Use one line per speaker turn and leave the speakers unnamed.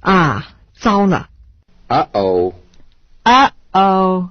啊，糟了
，uh oh，
！Uh oh。